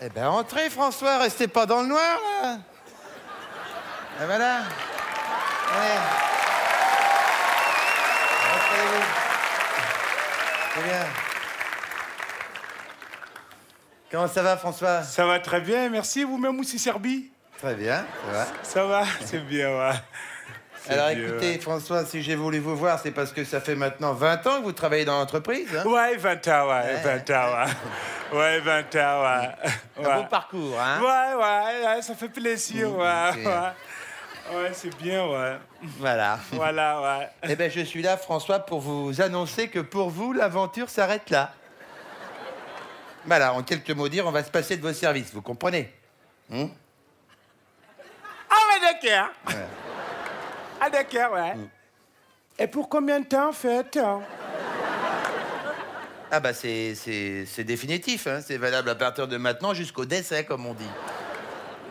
Eh ben, entrez, François, restez pas dans le noir, là. Et voilà. Allez. Entrez-vous. C'est bien. Comment ça va, François Ça va très bien, merci. Vous-même aussi, Serbie Très bien, ça va. Ça va C'est bien, ouais. C'est Alors bien, écoutez, François, si j'ai voulu vous voir, c'est parce que ça fait maintenant 20 ans que vous travaillez dans l'entreprise. hein Ouais, Ouais, 20 ans, ouais, 20 ans, ouais. Ouais, 20 ans, ouais. Un Ouais. beau parcours, hein Ouais, ouais, ouais, ça fait plaisir, ouais, c'est bien. ouais. Ouais, c'est bien, ouais. Voilà. Voilà, ouais. Eh ben, je suis là, François, pour vous annoncer que pour vous, l'aventure s'arrête là. Voilà, en quelques mots dire, on va se passer de vos services, vous comprenez Ah, ouais, d'accord. Ah, d'accord, ouais. Mm. Et pour combien de temps, en fait hein Ah bah c'est, c'est, c'est définitif, hein, c'est valable à partir de maintenant jusqu'au décès, comme on dit.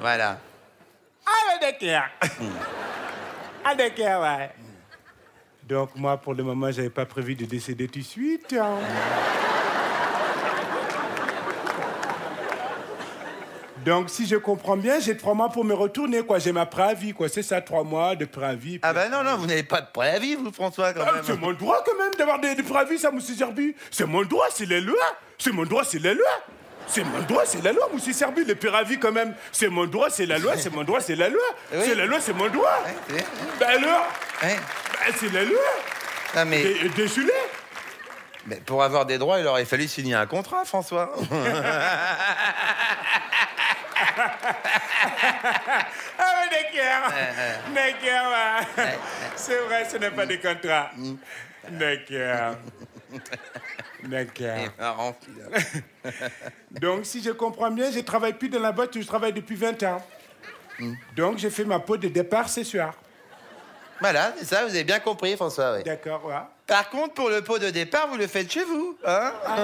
Voilà. Ah, ouais, d'accord. Ah, d'accord, ouais. Donc, moi, pour le moment, j'avais pas prévu de décéder tout de suite. hein. Donc, si je comprends bien, j'ai trois mois pour me retourner, quoi. J'ai ma préavis, quoi. C'est ça, trois mois de préavis. Ah bah non, non, vous n'avez pas de préavis, vous, François, quand Ah, c'est même. mon droit, quand même, d'avoir des, des préavis, ça, monsieur Serbi. C'est mon droit, c'est la loi. C'est mon droit, c'est la loi. C'est mon droit, c'est la loi, monsieur Serbi. Les préavis, quand même. C'est mon droit, c'est la loi. C'est mon droit, c'est la loi. Eh Oui. C'est la loi, c'est mon droit. Ouais, c'est bien, Ben alors ouais. ben, c'est la loi Non, Hein Ah, mais, Et- et Désolé mais pour avoir des droits, il aurait fallu signer un contrat, François. Ah ouais, d'accord Eh, D'accord, ouais. C'est vrai, ce n'est pas des contrats. Mm. D'accord. D'accord. Marrant. Donc, si je comprends bien, je travaille plus dans la boîte où je travaille depuis 20 ans. Donc, j'ai fait ma peau de départ ce soir. voilà, c'est ça, vous avez bien compris, François, oui. D'accord, ouais. Par contre, pour le pot de départ, vous le faites chez vous, hein Ah,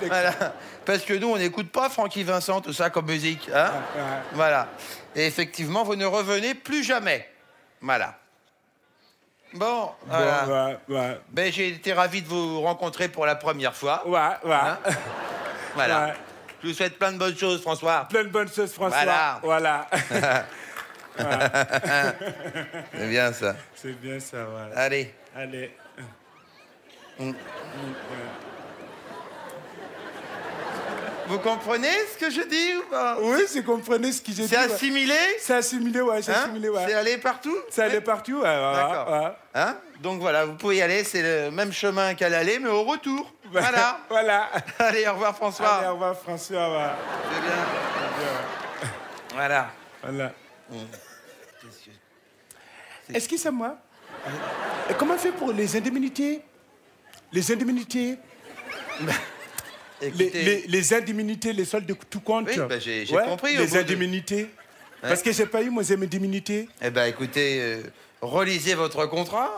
d'accord. Voilà. Parce que nous, on n'écoute pas Francky Vincent, tout ça, comme musique, hein Ah, ouais. Voilà. Et effectivement, vous ne revenez plus jamais. Voilà. Bon, voilà. Bon, ouais, ouais. Ben, j'ai été ravi de vous rencontrer pour la première fois. Ouais, ouais. Hein Voilà. Oh, Ouais. Je vous souhaite plein de bonnes choses, François. Plein de bonnes choses, François. Voilà. Voilà. C'est bien, ça. C'est bien ça, voilà. Allez. Allez. Vous comprenez ce que je dis ou pas Oui, c'est comprenez ce que j'ai dit. C'est ouais. assimilé C'est assimilé, ouais, c'est Hein assimilé, ouais. C'est allé partout Ça allait partout, ouais, ouais, D'accord. ouais. Hein Donc voilà, vous pouvez y aller, c'est le même chemin qu'à l'aller, mais au retour. Voilà. voilà. Allez, au revoir François. Allez, au revoir, François. ouais. C'est bien. Voilà. Voilà. Est-ce que c'est moi Et comment on fait pour les indemnités Les indemnités les, Écoutez, les, les indemnités, les soldes de tout compte. Oui, bah, j'ai- j'ai compris, au bout Les de- indemnités. Parce que j'ai pas eu mes indemnités. eh ben, écoutez euh, relisez votre contrat.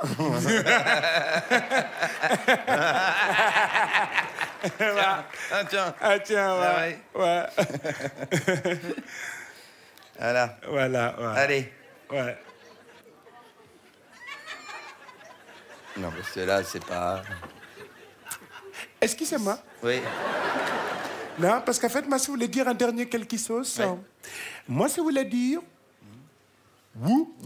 tiens, ah, tiens. Ah tiens, Ah ouais. ouais. Voilà. voilà, ouais. Allez. Ouais. Non, parce que là, c'est pas. Est-ce que c'est moi Oui. Non, parce qu'en fait, moi, si vous voulez dire un dernier quelque chose, Ouais. euh, moi, si vous voulez dire, Mm. vous,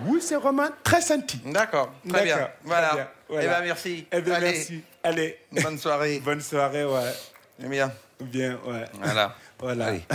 vous, c'est vraiment très senti. D'accord. Très D'accord, bien. très Voilà. bien, voilà. Eh ben, merci. Eh bien, Allez. merci. Allez, Bonne soirée. bonne soirée, ouais. Eh bien. Bien, ouais. Voilà. Voilà. Oui. Ah,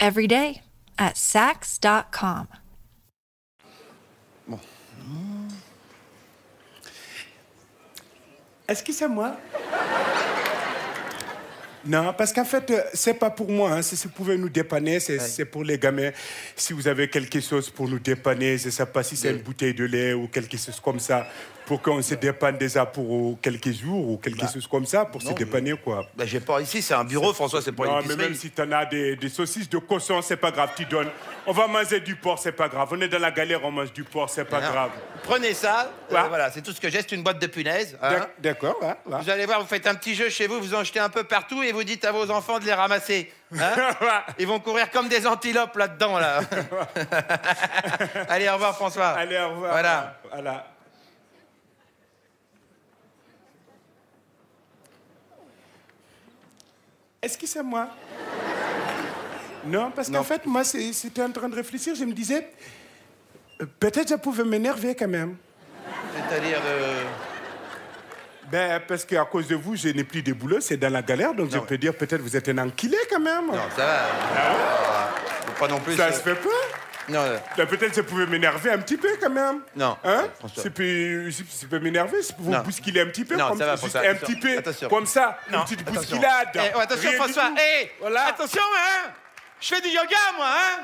every day at sax.com. Est-ce que c'est moi Non, parce qu'en fait, euh, c'est pas pour moi. hein. Si vous pouvez nous dépanner, c'est c'est pour les gamins. Si vous avez quelque chose pour nous dépanner, je sais pas si c'est une bouteille de lait ou quelque chose comme ça, pour qu'on se dépanne déjà pour euh, quelques jours ou quelque chose comme ça, pour se Bah, non, mais- dépanner, quoi. Bah, j'ai pas ici, c'est un bureau, François, c'est pas Non, une mais piscine. même si t'en as des, des saucisses de cochon, c'est pas grave, tu donnes. On va manger du porc, c'est pas grave. On est dans la galère, on mange du porc, c'est pas Hein. grave. Prenez ça, euh, Ouais. voilà, c'est tout ce que j'ai, c'est une boîte de punaises. hein. D'ac- D'accord, hein, là. Vous allez voir, vous faites un petit jeu chez vous, vous en jetez un peu partout et vous dites à vos enfants de les ramasser. hein. Ils vont courir comme des antilopes là-dedans, là. allez, au revoir, François. Allez, au revoir. Voilà. Voilà. Est-ce que c'est moi Non, parce qu'en fait, moi, c'est- c'était en train de réfléchir. Je me disais, euh, peut-être je pouvais m'énerver quand même. C'est-à-dire euh, Ben, parce qu'à cause de vous, je n'ai plus de boulot, c'est dans la galère, donc je ouais. peux dire peut-être vous êtes un enquilé quand même. Non, ça va. Faut pas non plus... Ah Ça euh, se fait pas Non, euh, Ben, peut-être je pouvais m'énerver un petit peu quand même. Non, Hein François. C'est peut- c'est- c'est peut m'énerver, c'est pour vous Non. bousculer un petit peu. Non, comme ça va, juste François, un attention, petit peu. attention. Comme ça, non, une petite attention. bousculade. Eh, ouais, attention, Rien du François. tout. eh, Voilà. Attention, hein Je fais du yoga, moi, hein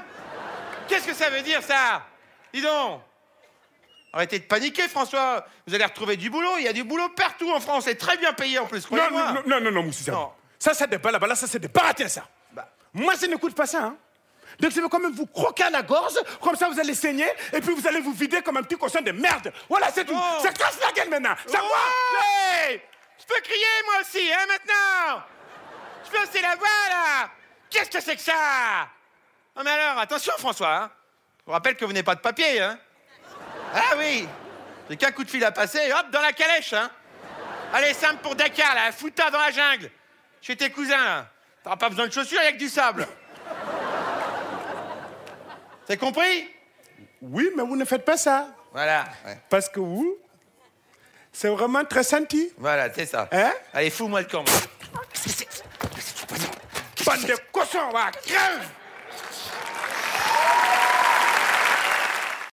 Qu'est-ce que ça veut dire, ça Dis donc Arrêtez de paniquer, François. Vous allez retrouver du boulot. Il y a du boulot partout en France. C'est très bien payé, en plus, Non, croyez-moi. non, non, non, non, non, monsieur Serban. Non. Ça, ça débat là-bas, là, ça, c'est des paratins, ça. Bah. Moi, je n'écoute pas ça, hein. Donc, je vais quand même vous croquer à la gorge, comme ça, vous allez saigner, et puis vous allez vous vider comme un petit cochon de merde. Voilà, c'est tout. Oh. Ça casse la gueule maintenant. Ça Oh va Hey Je peux crier, moi aussi, hein, maintenant Je peux c'est la voix, là Qu'est-ce que c'est que ça Non, mais alors, attention, François, hein Je vous rappelle que vous n'avez pas de papier, hein Ah oui J'ai qu'un coup de fil à passer, et hop, dans la calèche, hein Allez, simple pour Dakar, là, fouta dans la jungle Chez tes cousins, là T'auras pas besoin de chaussures, y'a que du sable T'as compris Oui, mais vous ne faites pas ça. Voilà, Parce que vous, c'est vraiment très senti. voilà, c'est ça. Hein Allez, fous-moi le camp, moi. Bande de cochons, va, crève